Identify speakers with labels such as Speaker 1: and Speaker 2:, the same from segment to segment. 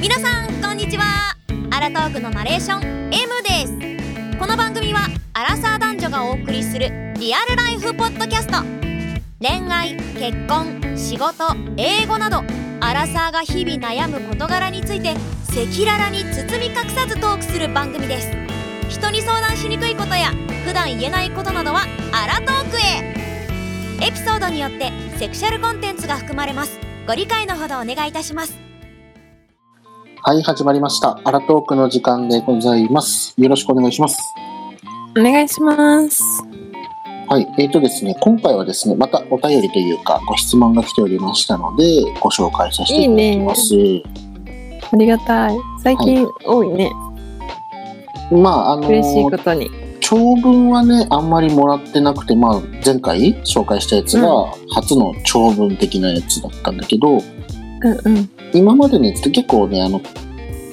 Speaker 1: 皆さんこんにちはアラトークのナレーション M ですこの番組はアラサー男女がお送りするリアルライフポッドキャスト恋愛結婚仕事英語などアラサーが日々悩む事柄について赤裸々に包み隠さずトークする番組です人に相談しにくいことや普段言えないことなどはアラトークへエピソードによってセクシャルコンテンツが含まれますご理解のほどお願いいたします
Speaker 2: はい、始まりました。アラトークの時間でございます。よろしくお願いします。
Speaker 3: お願いします。
Speaker 2: はい、えーとですね、今回はですね、またお便りというか、ご質問が来ておりましたので、ご紹介させていただきます。
Speaker 3: ありがたい。最近多いね。
Speaker 2: まあ、あの
Speaker 3: 嬉しいことに。
Speaker 2: 長文はね、あんまりもらってなくて、まあ、前回紹介したやつが、初の長文的なやつだったんだけど、
Speaker 3: うんうん。
Speaker 2: 今までのやつって結構ね、あの、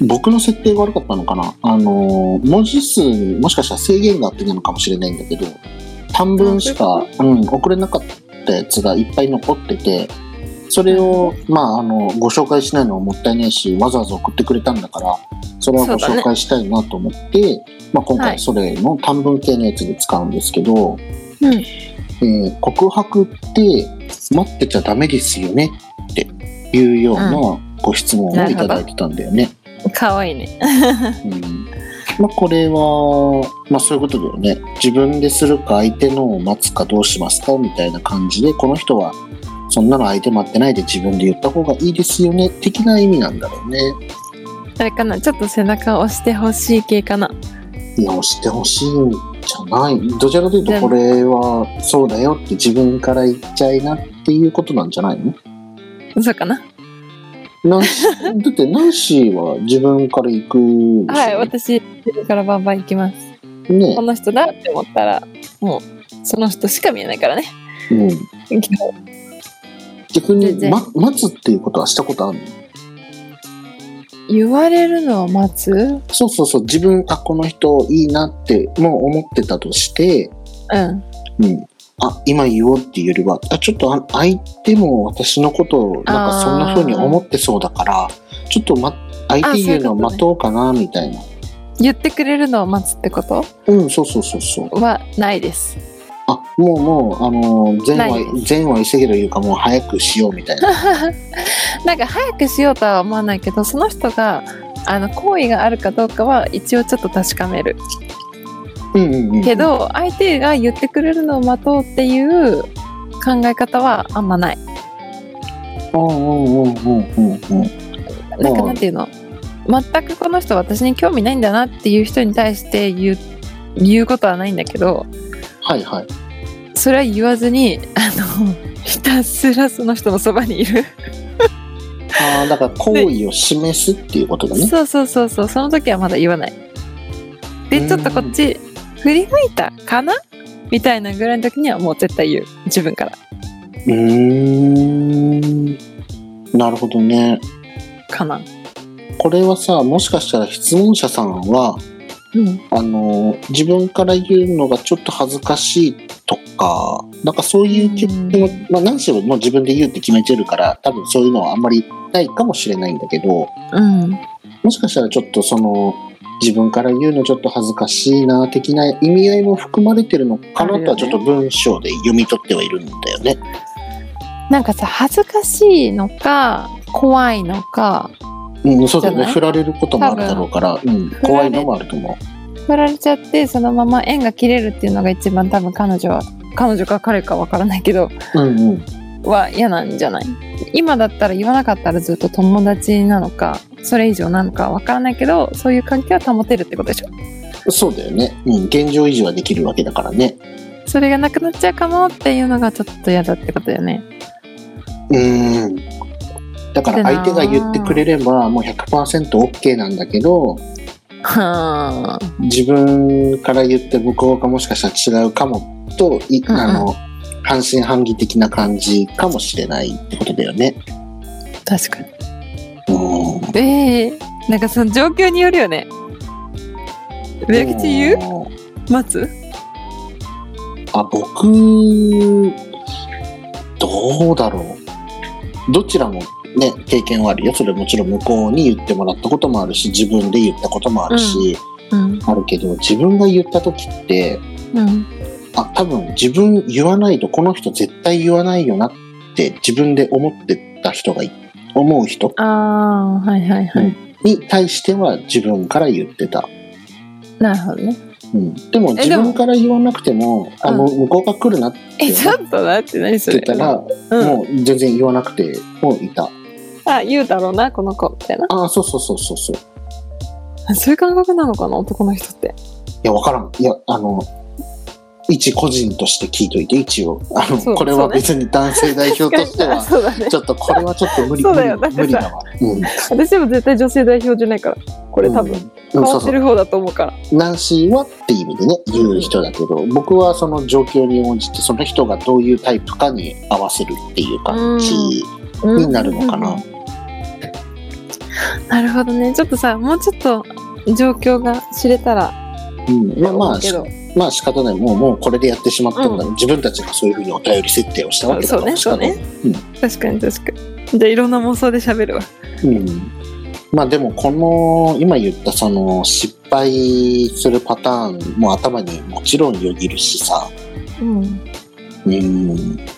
Speaker 2: 僕の設定が悪かったのかなあの、文字数にもしかしたら制限があってなのかもしれないんだけど、短文しか、うん、送れなかったやつがいっぱい残ってて、それを、まあ、あの、ご紹介しないのはもったいないし、わざわざ送ってくれたんだから、それはご紹介したいなと思って、まあ、今
Speaker 3: は
Speaker 2: 回
Speaker 3: い
Speaker 2: それの短文系のやつで使うんですけど、
Speaker 3: うん。
Speaker 2: えー告白って待ってちゃダメですよねっていうようなご質問をいただいてたんだよね。
Speaker 3: 可愛いね。
Speaker 2: うんまあ、これは、まあ、そういうことだよね自分でするか相手のを待つかどうしますかみたいな感じでこの人はそんなの相手待ってないで自分で言った方がいいですよね的な意味なんだろうね。
Speaker 3: あれかなちょっと背中を押してほしい系かな。
Speaker 2: いや押してほしいんじゃないどちらかというとこれはそうだよって自分から言っちゃいなっていうことなんじゃないの
Speaker 3: そうかな
Speaker 2: ナンシー だってナンシーは自分から行くんでしょ
Speaker 3: はい。私、これからバンバン行きます。
Speaker 2: ね
Speaker 3: こ の人だって思ったら、もう、その人しか見えないからね。
Speaker 2: うん、
Speaker 3: 今日
Speaker 2: 逆
Speaker 3: 全
Speaker 2: に、
Speaker 3: 然
Speaker 2: ま、待つっていうことはしたことあるの
Speaker 3: 言われるのを待つうん。
Speaker 2: そうそうそう自分あこの人いいなってもう思ってたとして、うん、あ今言おうっていうよりはあちょっとあ相手も私のことをなんか
Speaker 3: あー
Speaker 2: そんな風に思ってそうだからちょっと、ま、相手言うのを
Speaker 3: あそういうことね
Speaker 2: 待とうかなみたいな
Speaker 3: 言ってくれるのを待つってこと
Speaker 2: うんそうそうそうそう
Speaker 3: はないです。
Speaker 2: あもうもうあのー前
Speaker 3: ない
Speaker 2: は前は急げというかもう早くしようみたいな
Speaker 3: なんか早くしようとは思わないけどその人があの好意があるかどうかは一応ちょっと確かめる
Speaker 2: うんうん、うん、
Speaker 3: けど相手が言ってくれるのを待とうっていう考え方はあんまない
Speaker 2: うんうんうんうんうんうん
Speaker 3: なんかなんていうの全くこの人私に興味ないんだなっていう人に対して言う言うことはないんだけど
Speaker 2: はいはい
Speaker 3: それは言わずにあのひたすらその人のそばにいる
Speaker 2: ああだから好意を示すっていうことだね
Speaker 3: そうそうそうそうその時はまだ言わない
Speaker 2: うん
Speaker 3: でちょっとこっち振り向いたかなみたいなぐらいの時にはもう絶対言う自分から
Speaker 2: うーんなるほどね
Speaker 3: かな
Speaker 2: これはさもしかしたら質問者さんは
Speaker 3: うん
Speaker 2: あのー自分から言うのがちょっと恥ずかしいとかなんかそういう気持ち
Speaker 3: う
Speaker 2: まあ何しろもう自分で言うって決めてるから多分そういうのはあんまりないかもしれないんだけど
Speaker 3: うん
Speaker 2: もしかしたらちょっとその自分から言うのちょっと恥ずかしいな的な意味合いも含まれてるのかなとは
Speaker 3: あるよね
Speaker 2: ちょっと文章で読み取ってはいるんだよね。
Speaker 3: なんかさ恥ずかしいのか怖いのか
Speaker 2: うん、そうだよ
Speaker 3: じゃ
Speaker 2: ね。
Speaker 3: ない
Speaker 2: 振られることもあるだろうから、うん、
Speaker 3: れ
Speaker 2: 怖いのもあると思
Speaker 3: 振られちゃってそのまま縁が切れるっていうのが一番多分彼女は彼女か彼かわからないけど
Speaker 2: う。うんうん。
Speaker 3: は嫌なんじゃない今だったら言わなかったらずっと友達なのかそれ以上なのかわからないけどそういう関係は保てるってことでしょ
Speaker 2: そうだよね。うん、現状維持はできるわけだからね。
Speaker 3: それがなくなっちゃうかもっていうのがちょっと嫌だってことだよね。
Speaker 2: うん。だから相手が言ってくれればもう 100%OK なんだけど
Speaker 3: はあ。
Speaker 2: 自分から言って向こうがもしかしたら違うかもとい、
Speaker 3: うんうん
Speaker 2: あの半信半疑的な感じかもしれないってことだよね。
Speaker 3: 確かに。
Speaker 2: うん
Speaker 3: ええなんかその状況によるよね。上口言う
Speaker 2: うん
Speaker 3: 待つ
Speaker 2: あ僕どうだろうどちらもね、経験はあるよ。それもちろん向こうに言ってもらったこともあるし、自分で言ったこともあるし、
Speaker 3: うん
Speaker 2: あるけど、自分が言った時って、
Speaker 3: うん
Speaker 2: あ、多分自分言わないとこの人絶対言わないよなって自分で思ってた人がい、思う人
Speaker 3: ああーはいはいはい、
Speaker 2: に対しては自分から言ってた。
Speaker 3: なるほどね
Speaker 2: うん。でも
Speaker 3: え
Speaker 2: 自
Speaker 3: でも
Speaker 2: 分から言わなくても、あ
Speaker 3: うん
Speaker 2: の、向こうが来るなって
Speaker 3: えちょっと待って何そ
Speaker 2: 言っ
Speaker 3: れ
Speaker 2: てたら、
Speaker 3: うん、
Speaker 2: もう全然言わなくてもいた。
Speaker 3: あ言うだろうなこの子みたいな
Speaker 2: ああ、そうそうそうそうそう。い
Speaker 3: あそういう感覚なのかな男の人って
Speaker 2: や、わからん。いや、あの、一個人として聞いといて、一応。あ
Speaker 3: そ
Speaker 2: の、
Speaker 3: う
Speaker 2: これ
Speaker 3: そ
Speaker 2: は
Speaker 3: うね
Speaker 2: 別に男性代表として
Speaker 3: あ
Speaker 2: は、
Speaker 3: そうだね
Speaker 2: ちょっとこれはちょっと無理、
Speaker 3: そう
Speaker 2: 無
Speaker 3: だよだっ
Speaker 2: 理
Speaker 3: てさ
Speaker 2: 無理だわ。うん。
Speaker 3: 私も絶対女性代表じゃないからこれ多分、
Speaker 2: うん
Speaker 3: 変
Speaker 2: うん、そ
Speaker 3: わ
Speaker 2: う
Speaker 3: って
Speaker 2: そう
Speaker 3: る方だと思うから、
Speaker 2: ナンシーはって意味でね言う人だけど、僕はその状況に応じてその人がどういうタイプかに合わせるっていう感じ
Speaker 3: うん
Speaker 2: になるのかな、
Speaker 3: なるほどねちょっとさもうちょっと状況が知れたら
Speaker 2: うんまあま
Speaker 3: 思
Speaker 2: あ
Speaker 3: うけど、
Speaker 2: まあ仕方ないもうもうこれでやってしまったんだ、自分たちがそういうふうにお便り設定をしたわけだ
Speaker 3: そう
Speaker 2: から
Speaker 3: ね
Speaker 2: 仕方
Speaker 3: そう
Speaker 2: ない
Speaker 3: ね、確かに確かにじゃあいろんな妄想で喋るわ
Speaker 2: うん、まあでもこの今言ったその失敗するパターンも頭にもちろんよぎるしさ、
Speaker 3: うん
Speaker 2: うん、だか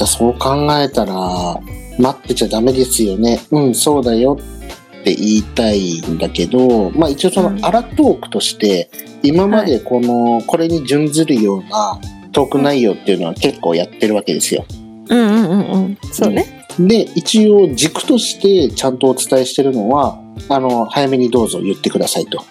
Speaker 2: らそう考えたら待ってちゃダメですよねうんそうだよって言いたいんだけど、まあ、一応そ
Speaker 3: うん
Speaker 2: のアラトークとして今までこの、これに準ずるようなトーク内容っていうのは結構やってるわけですよ。
Speaker 3: うんうんうんうんそうね、
Speaker 2: で一応軸としてちゃんとお伝えしてるのはあの早めにどうぞ言ってくださいと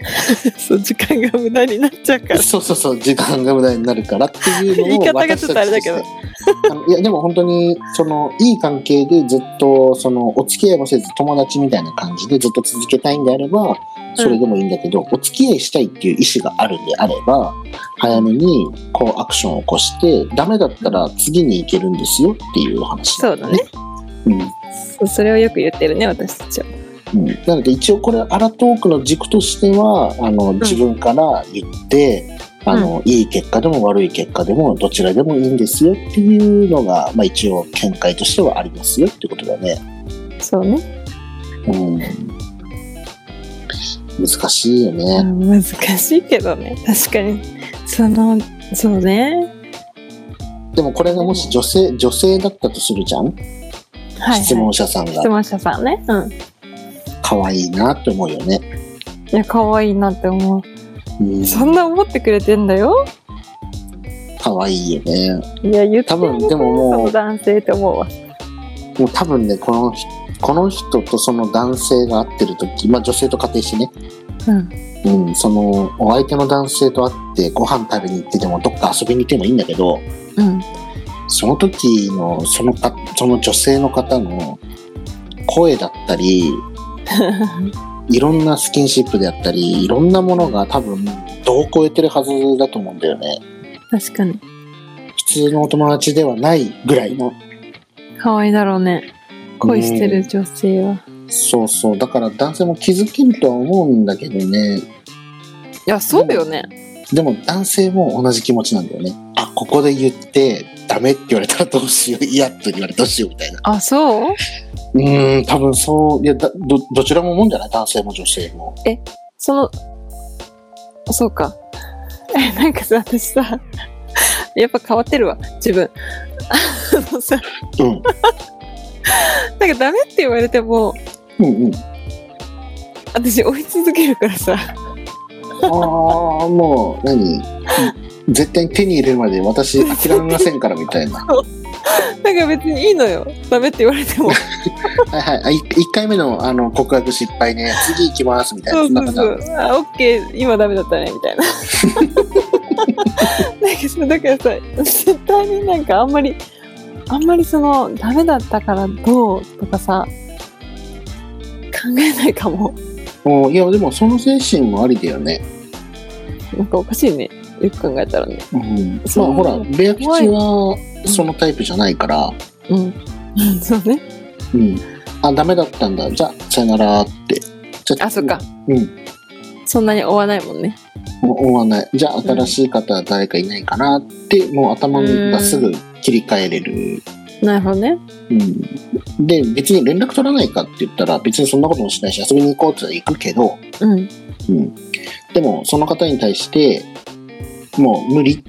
Speaker 3: そう時間が無駄になっちゃうから
Speaker 2: そうそうそう時間が無駄になるからっていうのを
Speaker 3: 言い方がちょっとあれだけど
Speaker 2: 私たちとしてあのいやでも本当にそのいい関係でずっとそのお付き合いもせず友達みたいな感じでずっと続けたいんであればそれでもいいんだけど、お付き合いしたいっていう意思があるんであれば早めにこうアクションを起こしてダメだったら次に行けるんですよっていうお話なんようん
Speaker 3: そうそれをよく言ってるね私たちは
Speaker 2: うんなので一応これアラトークの軸としてはあの自分から言って、あのいい結果でも悪い結果でもどちらでもいいんですよっていうのが、まあ、一応見解としてはありますよってことだね。
Speaker 3: そうね、
Speaker 2: うん難しいよ
Speaker 3: う
Speaker 2: ね。
Speaker 3: ん、難しいけどね確かにそのそうね
Speaker 2: でもこれがもし女性女性だったとするじゃん、
Speaker 3: はい、はい、
Speaker 2: 質問者さんが
Speaker 3: 質問者さんねうん
Speaker 2: 可愛いなって思うよね。
Speaker 3: いや可愛いなって思う
Speaker 2: うん
Speaker 3: そんな思ってくれてんだよ
Speaker 2: 可愛いよね。
Speaker 3: いや言って
Speaker 2: 多分でももう
Speaker 3: その男性って思うわ
Speaker 2: もう多分ねこの人この人とその男性が会ってる時まあ女性と仮定してね
Speaker 3: うん
Speaker 2: うん、そのお相手の男性と会ってご飯食べに行ってでもどっか遊びに行ってもいいんだけど
Speaker 3: うん
Speaker 2: その時のそのかその女性の方の声だったりいろんなスキンシップであったりいろんなものが多分度を超えてるはずだと思うんだよね
Speaker 3: 確かに
Speaker 2: 普通のお友達ではないぐらいの
Speaker 3: 可愛いだろうね恋してる女性は、
Speaker 2: そうそうだから男性も気づけるとは思うんだけどね
Speaker 3: いやそうだよね
Speaker 2: でも男性も同じ気持ちなんだよねあここで言ってダメって言われたらどうしよう 嫌って言われたらどうしようみたいな
Speaker 3: あそう
Speaker 2: うーん、多分そう、いや、だど、どちらももんじゃない男性も女性も。
Speaker 3: そのそうかえなんかさ私さやっぱ変わってるわ自分あのさ
Speaker 2: うん。
Speaker 3: なんかダメって言われても
Speaker 2: うんうん。
Speaker 3: 私追い続けるからさ
Speaker 2: ああ、もう、 何絶対に手に入れるまで私諦めませんからみたい な。
Speaker 3: なんか別にいいのよダメって言われても
Speaker 2: はいはい。あい一回目のあの告白失敗ね、次行きますみたいな。
Speaker 3: そうそ
Speaker 2: ん
Speaker 3: う
Speaker 2: な
Speaker 3: そ
Speaker 2: 感
Speaker 3: う。あ、オッケー、今ダメだったねみたい な。なんかさ、だからさ、絶対になんかあんまり、あんまりそのダメだったからどうとかさ。考えないかも。
Speaker 2: じうんいや、でもその精神もありだよね。
Speaker 3: なんかおかしいね。よく考えたらね。
Speaker 2: うん。ま
Speaker 3: そ
Speaker 2: あ
Speaker 3: う
Speaker 2: ほら、ベア吉はそのタイプじゃないから、
Speaker 3: うん。うん そうね。
Speaker 2: うん。あ、ダメだったんだ。じゃあ、さよならって。じゃ
Speaker 3: あ、そっか。。
Speaker 2: うん。
Speaker 3: そんなに追わないもんね。
Speaker 2: もう思わない。じゃあ新しい方は誰かいないかなって、もう頭がすぐ切り替えれる
Speaker 3: なるほどね。
Speaker 2: うん、で別に連絡取らないかって言ったら別にそんなこともしないし遊びに行こうって言ったら行くけど、
Speaker 3: うん。
Speaker 2: うん、でもその方に対してもう無理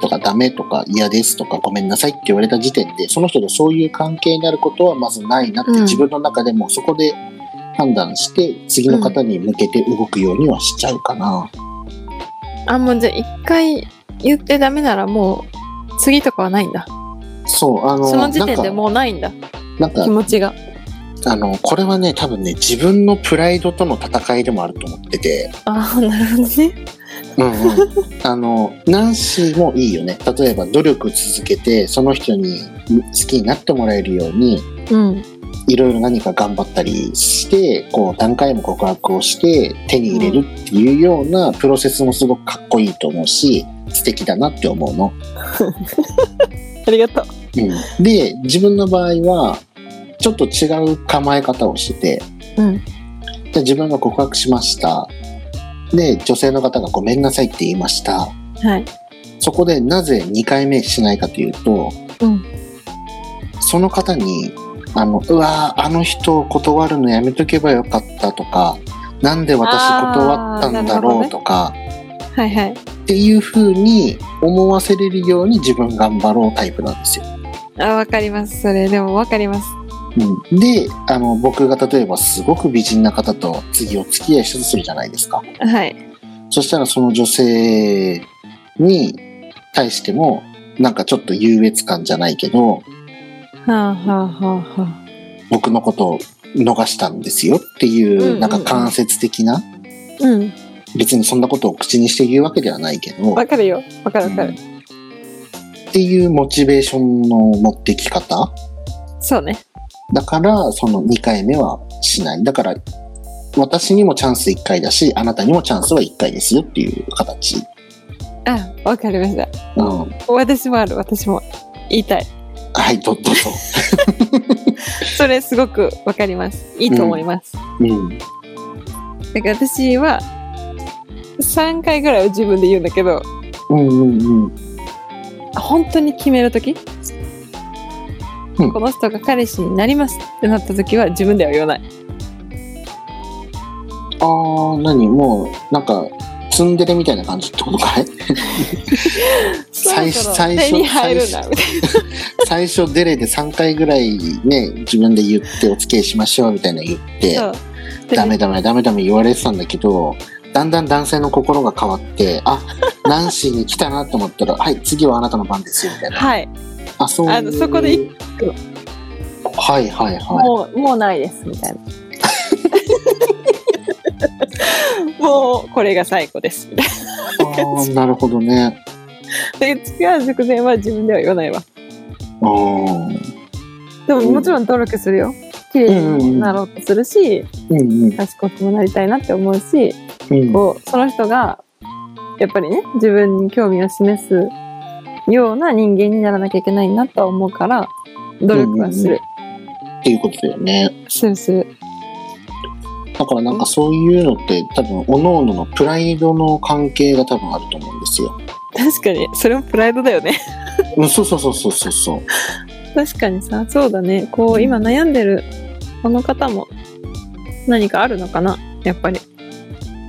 Speaker 2: とかダメとか嫌ですとかごめんなさいって言われた時点でその人とそういう関係になることはまずないなって
Speaker 3: うん
Speaker 2: 自分の中でもそこで判断して次の方に向けて動くようにはしちゃうかな。
Speaker 3: あ、もうじゃあ一回言ってダメならもう次とかはないんだ。
Speaker 2: そうあの
Speaker 3: その時
Speaker 2: なん
Speaker 3: 点
Speaker 2: か
Speaker 3: でもうないんだ。
Speaker 2: なんか
Speaker 3: 気持ちが。
Speaker 2: あのこれはね多分ね自分のプライドとの戦いでもあると思ってて。
Speaker 3: ああ、なるほどね。
Speaker 2: うんうん、あのナンシーもいいよね例えば努力続けてその人に好きになってもらえるように
Speaker 3: うん。
Speaker 2: いろいろ何か頑張ったりしてこう何回も告白をして手に入れるっていうようなプロセスもすごくかっこいいと思うし素敵だなって思うの。
Speaker 3: ありがとう。
Speaker 2: うん、で自分の場合はちょっと違う構え方をしてて
Speaker 3: うん。
Speaker 2: で自分が告白しましたで女性の方が「ごめんなさい」って言いました。
Speaker 3: はい。
Speaker 2: そこでなぜ2回目しないかというと、
Speaker 3: うん
Speaker 2: その方にあのうわーあの人を断るのやめとけばよかったとかなんで私断ったんだろうとか、
Speaker 3: はいはい。
Speaker 2: っていう風に思わせれるように自分頑張ろうタイプなんですよ。
Speaker 3: あ、わかります。それでもわかります。
Speaker 2: うん、であの僕が例えばすごく美人な方と次お付き合いしたとするじゃないですか。
Speaker 3: はい。
Speaker 2: そしたらその女性に対してもなんかちょっと優越感じゃないけど、
Speaker 3: はあはあはあはあ。
Speaker 2: 僕のことを逃したんですよってい
Speaker 1: うんうん
Speaker 2: う
Speaker 1: うん
Speaker 2: なんか間接的な
Speaker 3: うん。
Speaker 2: 別にそんなことを口にして言うわけではないけど、
Speaker 3: わかるよ。わかる
Speaker 2: う
Speaker 3: わ
Speaker 2: ん
Speaker 3: か
Speaker 2: っ
Speaker 3: る。
Speaker 2: ていうモチベーションの持ってき方
Speaker 3: そうね。
Speaker 2: だからその2回目はしないだから私にもチャンス1回だしあなたにもチャンスは1回ですよっていう形、
Speaker 3: あ、わかりました。
Speaker 2: うん、
Speaker 3: 私もある。私も。言いたい。
Speaker 2: はいどうどうぞ、
Speaker 3: それすごくわかります。いいと思います。
Speaker 2: うん、
Speaker 3: だから私は3回ぐらいは自分で言うんだけど
Speaker 2: うんうんうん
Speaker 3: 本当に決める時、
Speaker 2: うん
Speaker 3: この人が彼氏になりますってなった時は自分では言わない
Speaker 2: ああ何もうなんかツンデレみたいな感じってことかい最初
Speaker 3: そろそろ
Speaker 2: 最初
Speaker 3: 手に入るな
Speaker 2: 最
Speaker 3: みたい
Speaker 2: 最初デレで3回ぐらいね自分で言ってお付き合いしましょうみたいなの言って
Speaker 3: なそう
Speaker 2: ダメダメダメダメ言われてたんだけどだんだん男性の心が変わって あナンシーに来たなと思ったらはい次はあなたの番ですよみたいな
Speaker 3: はい
Speaker 2: あそういう
Speaker 3: あのそこで一個
Speaker 2: はいはいは
Speaker 3: もうもうないですみたいな もうこれが最後ですみたい
Speaker 2: いあーなるほどね
Speaker 3: なで付き合う直前は自分では言わないわ
Speaker 2: うん
Speaker 3: でももちろん努力するよ綺麗になろうとするし
Speaker 2: うんうん
Speaker 3: 賢くもなりたいなって思うし
Speaker 2: うん
Speaker 3: こうその人がやっぱりね自分に興味を示すような人間にならなきゃいけないなとは思うから努力はする、
Speaker 2: っていうことだよね
Speaker 3: するする
Speaker 2: だからなんかそういうのって多分各々のプライドの関係が多分あると思うんですよ、
Speaker 3: 確かにそれもプライドだよね
Speaker 2: うん、そうそうそうそうそうそう
Speaker 3: 確かにさそうだねこう今悩んでるこの方も何かあるのかなやっぱり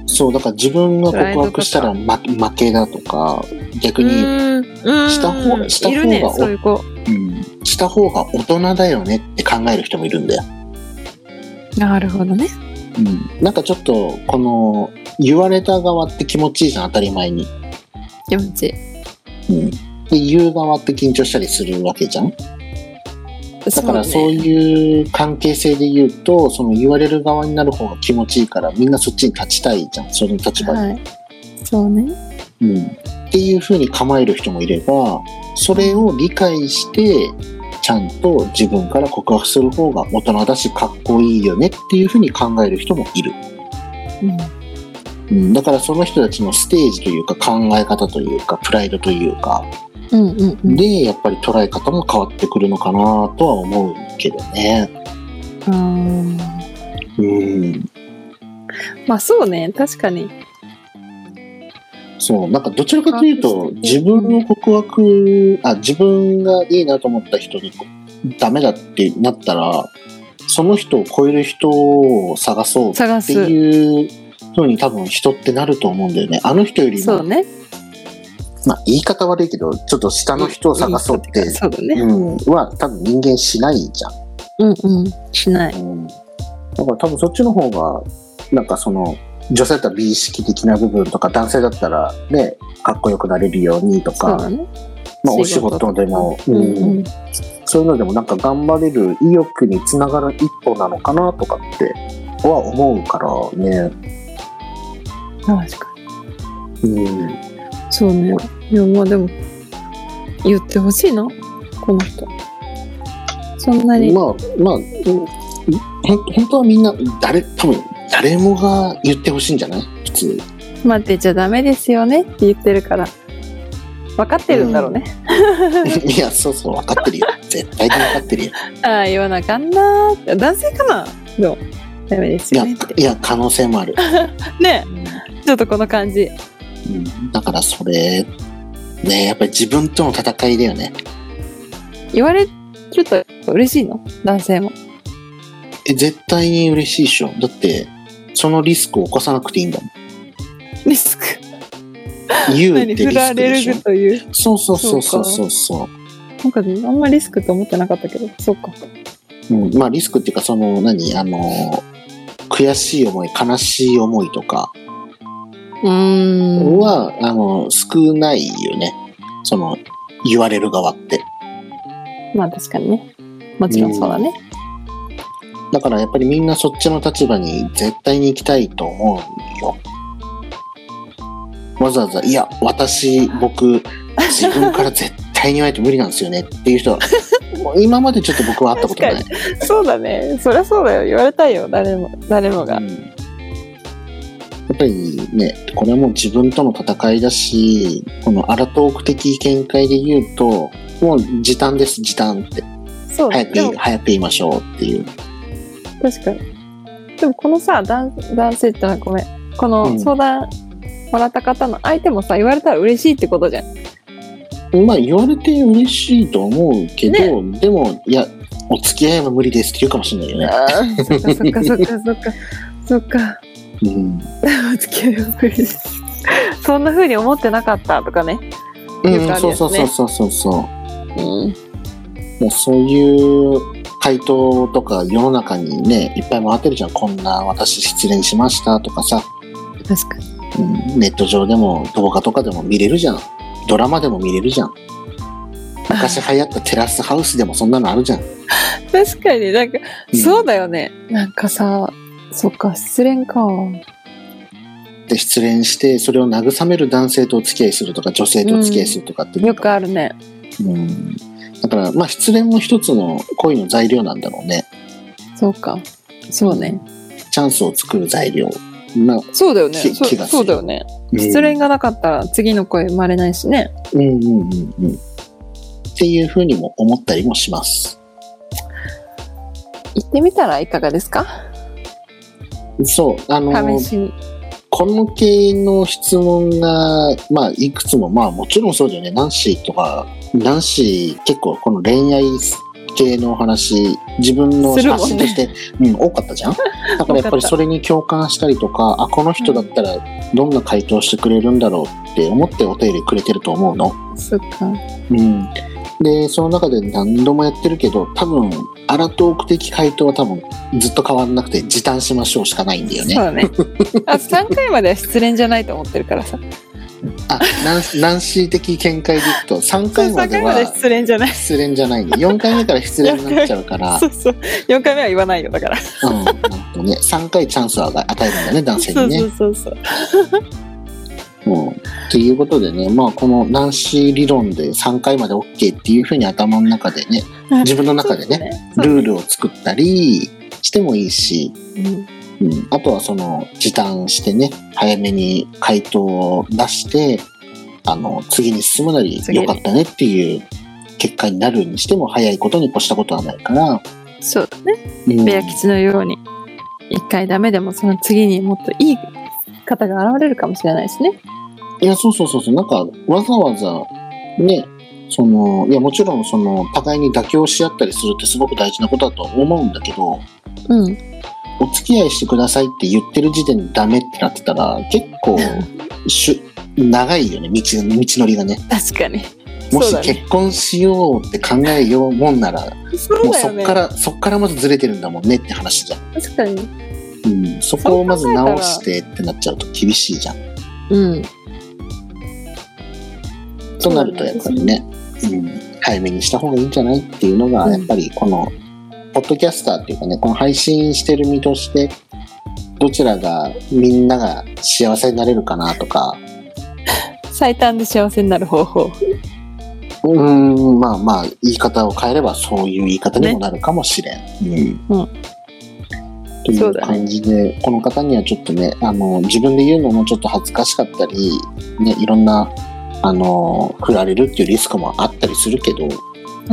Speaker 2: そうだから自分が告白したら、ま、負けだとか逆
Speaker 3: う
Speaker 2: に、
Speaker 3: ーんうーん
Speaker 2: した方がした方が
Speaker 3: いるね
Speaker 2: お
Speaker 3: そういう
Speaker 2: う
Speaker 3: 子
Speaker 2: ん、した方が大人だよねって考える人もいるんだよ、
Speaker 3: なるほどね
Speaker 2: うん、なんかちょっとこの言われた側って気持ちいいじゃん当たり前に、
Speaker 3: 気持ちいい
Speaker 2: うん、で言う側って緊張したりするわけじゃんだから
Speaker 3: ね
Speaker 2: そういう関係性で言うとその言われる側になる方が気持ちいいからみんなそっちに立ちたいじゃんその立場に、
Speaker 3: はいそうね
Speaker 2: うん、っていう風に構える人もいればそれを理解してちゃんと自分から告白する方が大人だしかっこいいよねっていう風に考える人もいる、
Speaker 3: うん
Speaker 2: うん、だからその人たちのステージというか考え方というかプライドというか
Speaker 3: うんうんうん
Speaker 2: でやっぱり捉え方も変わってくるのかなとは思うけどね
Speaker 3: うーん
Speaker 2: うん
Speaker 3: まあそうね確かに
Speaker 2: そうなんかどちらかというと自分の告白あ自分がいいなと思った人にダメだってなったらその人を超える人を探そうっ
Speaker 3: 探
Speaker 2: て
Speaker 3: す
Speaker 2: いうふうに多分人ってなると思うんだよねあの人より
Speaker 3: そ
Speaker 2: も、
Speaker 3: うね
Speaker 2: まあ、言い方悪いけどちょっと下の人を探そうって、
Speaker 3: そうだね
Speaker 2: うん、は多分人間しないじゃん。
Speaker 3: うんうんしない
Speaker 2: うんだから多分そっちの方がなんかその女性だったら美意識的な部分とか男性だったらねかっこよくなれるようにと
Speaker 3: そう
Speaker 2: か、
Speaker 3: だね
Speaker 2: まあ、お仕
Speaker 3: 仕事とか
Speaker 2: 事でも、
Speaker 3: う
Speaker 2: うん
Speaker 3: んうん
Speaker 2: そういうのでもなんか頑張れる意欲につながる一歩なのかなとかっては思うからね。
Speaker 3: 確か
Speaker 2: うん、
Speaker 3: にそうねいやまあでも言ってほしいなこの人そんなに
Speaker 2: まあまあうんほん本当はみんな誰多分誰もが言ってほしいんじゃない普通。
Speaker 3: 待ってちゃダメですよねって言ってるから分かってるんだろうね、
Speaker 2: いや、そうそう、分かってるよ。絶対に分かってるよ。
Speaker 3: ああ言わなあかんなー男性かなでもダメです
Speaker 2: いや、
Speaker 3: よねって
Speaker 2: いや可能性もある。
Speaker 3: ね
Speaker 2: うん
Speaker 3: ちょっとこの感じ
Speaker 2: うんだから、それ、ね、やっぱり自分との戦いだよね。
Speaker 3: 言われると嬉しいの男性も
Speaker 2: え絶対に嬉しいでしょ。だって、そのリスクを起こさなくていいんだもん。
Speaker 3: リスク
Speaker 2: 言うっ
Speaker 3: 何
Speaker 2: て
Speaker 3: 振
Speaker 2: リ
Speaker 3: ら
Speaker 2: スクで
Speaker 3: れ
Speaker 2: しょ
Speaker 3: る。という
Speaker 2: そうそうそうそうそうそ
Speaker 3: なんかあんまリスクと思ってなかったけどそうか
Speaker 2: う。うん、まあ、リスクっていうか、その、何、あの、悔しい思い、悲しい思いとか
Speaker 3: うーん
Speaker 2: は、あの、少ないよね。その、言われる側って。
Speaker 3: まあ確かにねもちろんそうだね、
Speaker 2: だからやっぱりみんなそっちの立場に絶対に行きたいと思うよ。わざわざ、いや、私、僕、自分から絶対に言わないと無理なんですよねっていう人は、 もう今までちょっと僕は会ったことない。
Speaker 3: そうだねそりゃそうだよ言われたいよ誰も誰もが、
Speaker 2: うんやっぱりね、これはもう自分との戦いだし、このアラトーク的見解で言うと、もう時短です、時短って。
Speaker 3: そう
Speaker 2: 早く
Speaker 3: で
Speaker 2: 言い、
Speaker 3: も
Speaker 2: 早く言いましょうっていう。
Speaker 3: 確かにでもこのさ男男性ってのはごめんこ
Speaker 2: う
Speaker 3: の
Speaker 2: ん
Speaker 3: 相談もらった方の相手もさ言われたら嬉しいってことじ ゃん
Speaker 2: まあ言われて嬉しいと思うけど、でもいやお付き合いは無理ですって言うかもしれないよね。
Speaker 3: あーそっかそっかそっかそっか
Speaker 2: うん
Speaker 3: お付き合いが無理ですそんな風に思ってなかったとかねよく
Speaker 2: う
Speaker 3: あ
Speaker 2: ん、
Speaker 3: る
Speaker 2: そう
Speaker 3: やつ
Speaker 2: そ
Speaker 3: ね
Speaker 2: うそうそうそうそう。
Speaker 3: うん
Speaker 2: もうそういう回答とか世の中にねいっぱい回ってるじゃんこんな私失恋しましたとかさ、
Speaker 3: 確かに
Speaker 2: うんネット上でも動画とかでも見れるじゃんドラマでも見れるじゃん昔流行ったテラスハウスでもそんなのあるじゃん。
Speaker 3: 確かになんか、
Speaker 2: うん
Speaker 3: そうだよねなんかさそっか失恋か
Speaker 2: で失恋してそれを慰める男性とお付き合いするとか女性とお付き合いするとかって、
Speaker 3: よくあるね
Speaker 2: うんだから、まあ、失恋も一つの恋の材料なんだろうね。
Speaker 3: そうかそうね
Speaker 2: チャンスを作る材料。まあ、
Speaker 3: そうだよね
Speaker 2: き
Speaker 3: そ
Speaker 2: 気がする
Speaker 3: そうだよね失恋がなかったら次の恋生まれないしね
Speaker 2: うんうんうんうん。っていうふうにも思ったりもします。
Speaker 3: 行ってみたらいかがですか
Speaker 2: そう、あの、
Speaker 3: 試しに
Speaker 2: この系の質問が、まあ、いくつも、まあ、もちろんそうだよね。ナンシーとか、ナンシー、結構この恋愛系のお話、自分の
Speaker 3: するもんね
Speaker 2: 発信として、うん、多かった じゃん。だからやっぱりそれに共感したりとか、あ、この人だったらどんな回答してくれるんだろうって思ってお便りくれてると思うの。
Speaker 3: そっか
Speaker 2: うん。で、その中で何度もやってるけど、多分、アラトーク的回答は多分ずっと変わらなくて、時短しましょうしかないんだよね。
Speaker 3: そうだ ね。あと3回までは失恋じゃないと思ってるからさ。
Speaker 2: あ、ナンナンシー的見解でいくと、3
Speaker 3: そう
Speaker 2: 回ま
Speaker 3: 3
Speaker 2: で
Speaker 3: 回まで
Speaker 2: は
Speaker 3: 失恋じゃない。
Speaker 2: 失恋じゃないんで、4回目から失恋になっちゃうから
Speaker 3: そ、うそう。4回目は言わないよだから。
Speaker 2: うん、なんとね、3回チャンスを与えるんだね、男性
Speaker 3: そ
Speaker 2: に
Speaker 3: うそ
Speaker 2: ね
Speaker 3: う。そうそう。
Speaker 2: うんということでね、まあ、このナンシー理論で3回まで OK っていうふうに頭の中でね、自分の中でね、
Speaker 3: そう
Speaker 2: ルールを作ったりしてもいいし、
Speaker 3: うん
Speaker 2: うん、あとはその時短してね早めに回答を出してあの次に進むなり
Speaker 3: 次に
Speaker 2: 良かったねっていう結果になるにしても早いことに越したことはないから、
Speaker 3: そうだね。
Speaker 2: うん
Speaker 3: ベア吉のように。1回ダメでもその次にもっといい方が現れるかもしれないしね。
Speaker 2: いやそうそうそうそうなんかわざわざねそのいやもちろんその互いに妥協し合ったりするってすごく大事なことだと思うんだけど
Speaker 3: うん。
Speaker 2: お付き合いしてくださいって言ってる時点でダメってなってたら結構しゅ長いよね道道のりがね
Speaker 3: 確かに。
Speaker 2: も
Speaker 3: そう
Speaker 2: し
Speaker 3: だね
Speaker 2: 結婚しようって考えようもんなら
Speaker 3: そ
Speaker 2: も
Speaker 3: う
Speaker 2: う
Speaker 3: だよ
Speaker 2: そ
Speaker 3: ね
Speaker 2: っか。らそっからまずずれてるんだもんねって話じゃん、
Speaker 3: 確かに。
Speaker 2: うん、そこをまず直してってなっちゃうと厳しいじゃん
Speaker 3: うん。
Speaker 2: となるとやっぱりね、うん、早めにした方がいいんじゃないっていうのが
Speaker 3: うん
Speaker 2: やっぱりこのポッドキャスターっていうかねこの配信してる身としてどちらがみんなが幸せになれるかなとか
Speaker 3: 最短で幸せになる方法。
Speaker 2: うーんまあまあ言い方を変えればそういう言い方にもなるかもしれん。うん
Speaker 3: うん
Speaker 2: とい
Speaker 3: そう
Speaker 2: う
Speaker 3: だね
Speaker 2: 感じで、この方にはちょっとねあの自分で言うのもちょっと恥ずかしかったり、ね、いろんなあの振られるっていうリスクもあったりするけど、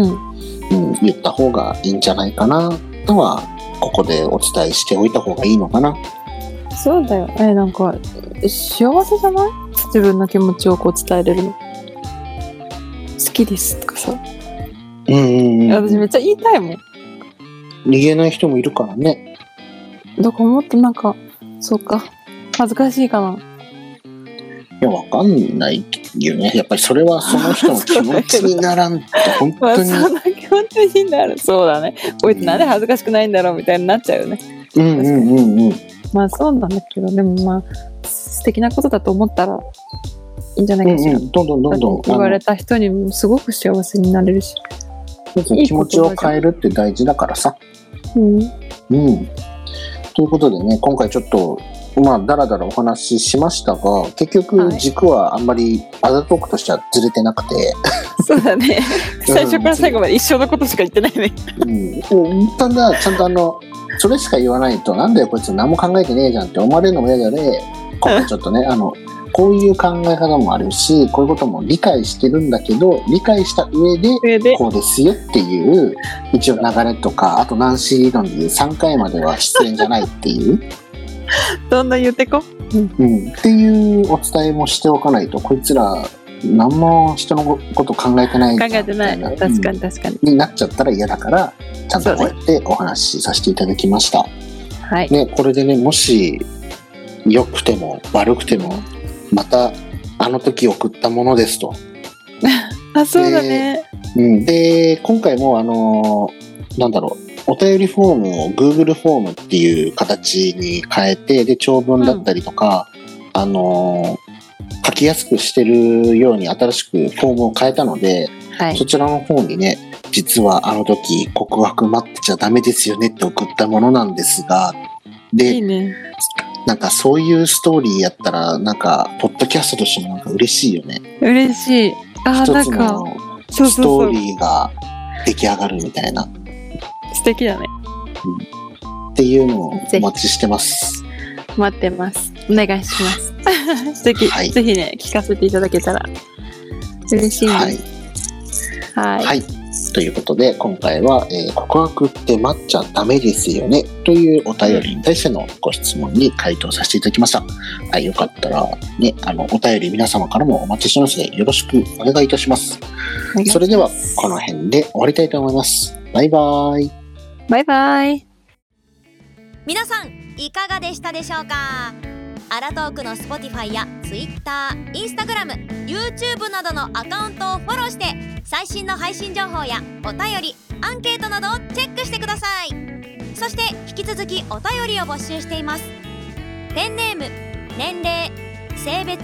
Speaker 3: うん。
Speaker 2: うん、言った方がいいんじゃないかなとはここでお伝えしておいた方がいいのかな。
Speaker 3: そうだよ。え、なんか、幸せじゃない自分の気持ちをこう伝えれるの。好きですとかさ。
Speaker 2: うん
Speaker 3: 私めっちゃ言いたいもん。
Speaker 2: 逃げない人もいるからね。
Speaker 3: だからもっとなんか、そうか。恥ずかしいかな。
Speaker 2: いやわかんないよね。やっぱりそれはその人の気持ちにならんと本
Speaker 3: まあ、
Speaker 2: 当
Speaker 3: そ
Speaker 2: に。
Speaker 3: んな気持ちになる。そうだね。こいつなんで恥ずかしくないんだろうみたいになっちゃうよね。
Speaker 2: うんうんうんうん。
Speaker 3: まあそうなんだけど、でもまあ、素敵なことだと思ったらいいんじゃないかし
Speaker 2: ど
Speaker 3: ら。
Speaker 2: んどんどんどん
Speaker 3: 言わ
Speaker 2: あ
Speaker 3: れ
Speaker 2: の
Speaker 3: た人にもすごく幸せになれるし。いい
Speaker 2: 気持ちを変えるって大事だからさ。
Speaker 3: うん。
Speaker 2: うん。ということでね今回ちょっとまあだらだらお話ししましたが結局
Speaker 3: はい
Speaker 2: 軸はあんまりアダトークとしてはずれてなくて。
Speaker 3: そうだね。
Speaker 2: うん
Speaker 3: 最初から最後まで一生のことしか言ってないね。
Speaker 2: うん、ただちゃんとあのそれしか言わないとなんだよこいつ何も考えてねえじゃんって思われるのも嫌だね今回ちょっと ねあのこういう考え方もあるしこういうことも理解してるんだけど理解した上で
Speaker 3: 上 で。
Speaker 2: こうですよっていう一応流れとかあとナンシー理論でいう3回までは出演じゃないっていう、
Speaker 3: どんどん言ってこ。
Speaker 2: うん、っていうお伝えもしておかないとこいつら何も人のこと考えてないじ
Speaker 3: 考
Speaker 2: ゃん
Speaker 3: えてない。
Speaker 2: みた
Speaker 3: 確かに確かに。
Speaker 2: になっちゃったら嫌だからちゃんとこうやってお話しさせていただきました、
Speaker 3: はい。
Speaker 2: ね、これでねもし良くても悪くてもまたあの時送ったものですと、
Speaker 3: あ、そうだね。
Speaker 2: うん、で今回もあのーなんだろうお便りフォームを Google フォームっていう形に変えてで長文だったりとか、あのー書きやすくしてるように新しくフォームを変えたので、
Speaker 3: はい。
Speaker 2: そちらの方にね実はあの時告白待ってちゃダメですよねって送ったものなんですがで
Speaker 3: いいね。
Speaker 2: なんかそういうストーリーやったら、なんか、ポッドキャストとしてもなんか嬉しいよね。
Speaker 3: 嬉しい。あー、な
Speaker 2: 一
Speaker 3: ん
Speaker 2: つ
Speaker 3: か
Speaker 2: の、
Speaker 3: そう
Speaker 2: スト
Speaker 3: そうそ
Speaker 2: ー
Speaker 3: う。
Speaker 2: リーが出来上がるみたいな、
Speaker 3: 素敵だね。
Speaker 2: っていうのを
Speaker 3: ぜ
Speaker 2: お
Speaker 3: ひ
Speaker 2: 待ちしてます。
Speaker 3: 待ってます。お願いします。 素敵、
Speaker 2: はい
Speaker 3: ぜひね、聞かせていただけたら嬉しい
Speaker 2: は
Speaker 3: で
Speaker 2: い
Speaker 3: す。。はい。
Speaker 2: はい。ということで、今回は、えー告白って待っちゃダメですよね、というお便りに対してのご質問に回答させていただきました。はい、よかったら、ね、あの、お便り皆様からもお待ちしてますので、よろしくお願いいたします。それでは、この辺で終わりたいと思います。バイバーイ。
Speaker 3: バイバイ。
Speaker 1: 皆さんいかがでしたでしょうかアラトークの Spotify や TwitterInstagramYouTube などのアカウントをフォローして最新の配信情報やお便りアンケートなどをチェックしてくださいそして引き続きお便りを募集していますペンネーム年齢性別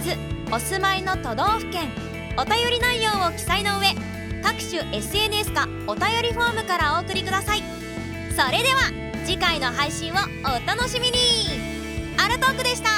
Speaker 1: お住まいの都道府県お便り内容を記載の上各種 SNS かお便りフォームからお送りくださいそれでは次回の配信をお楽しみにアラトークでした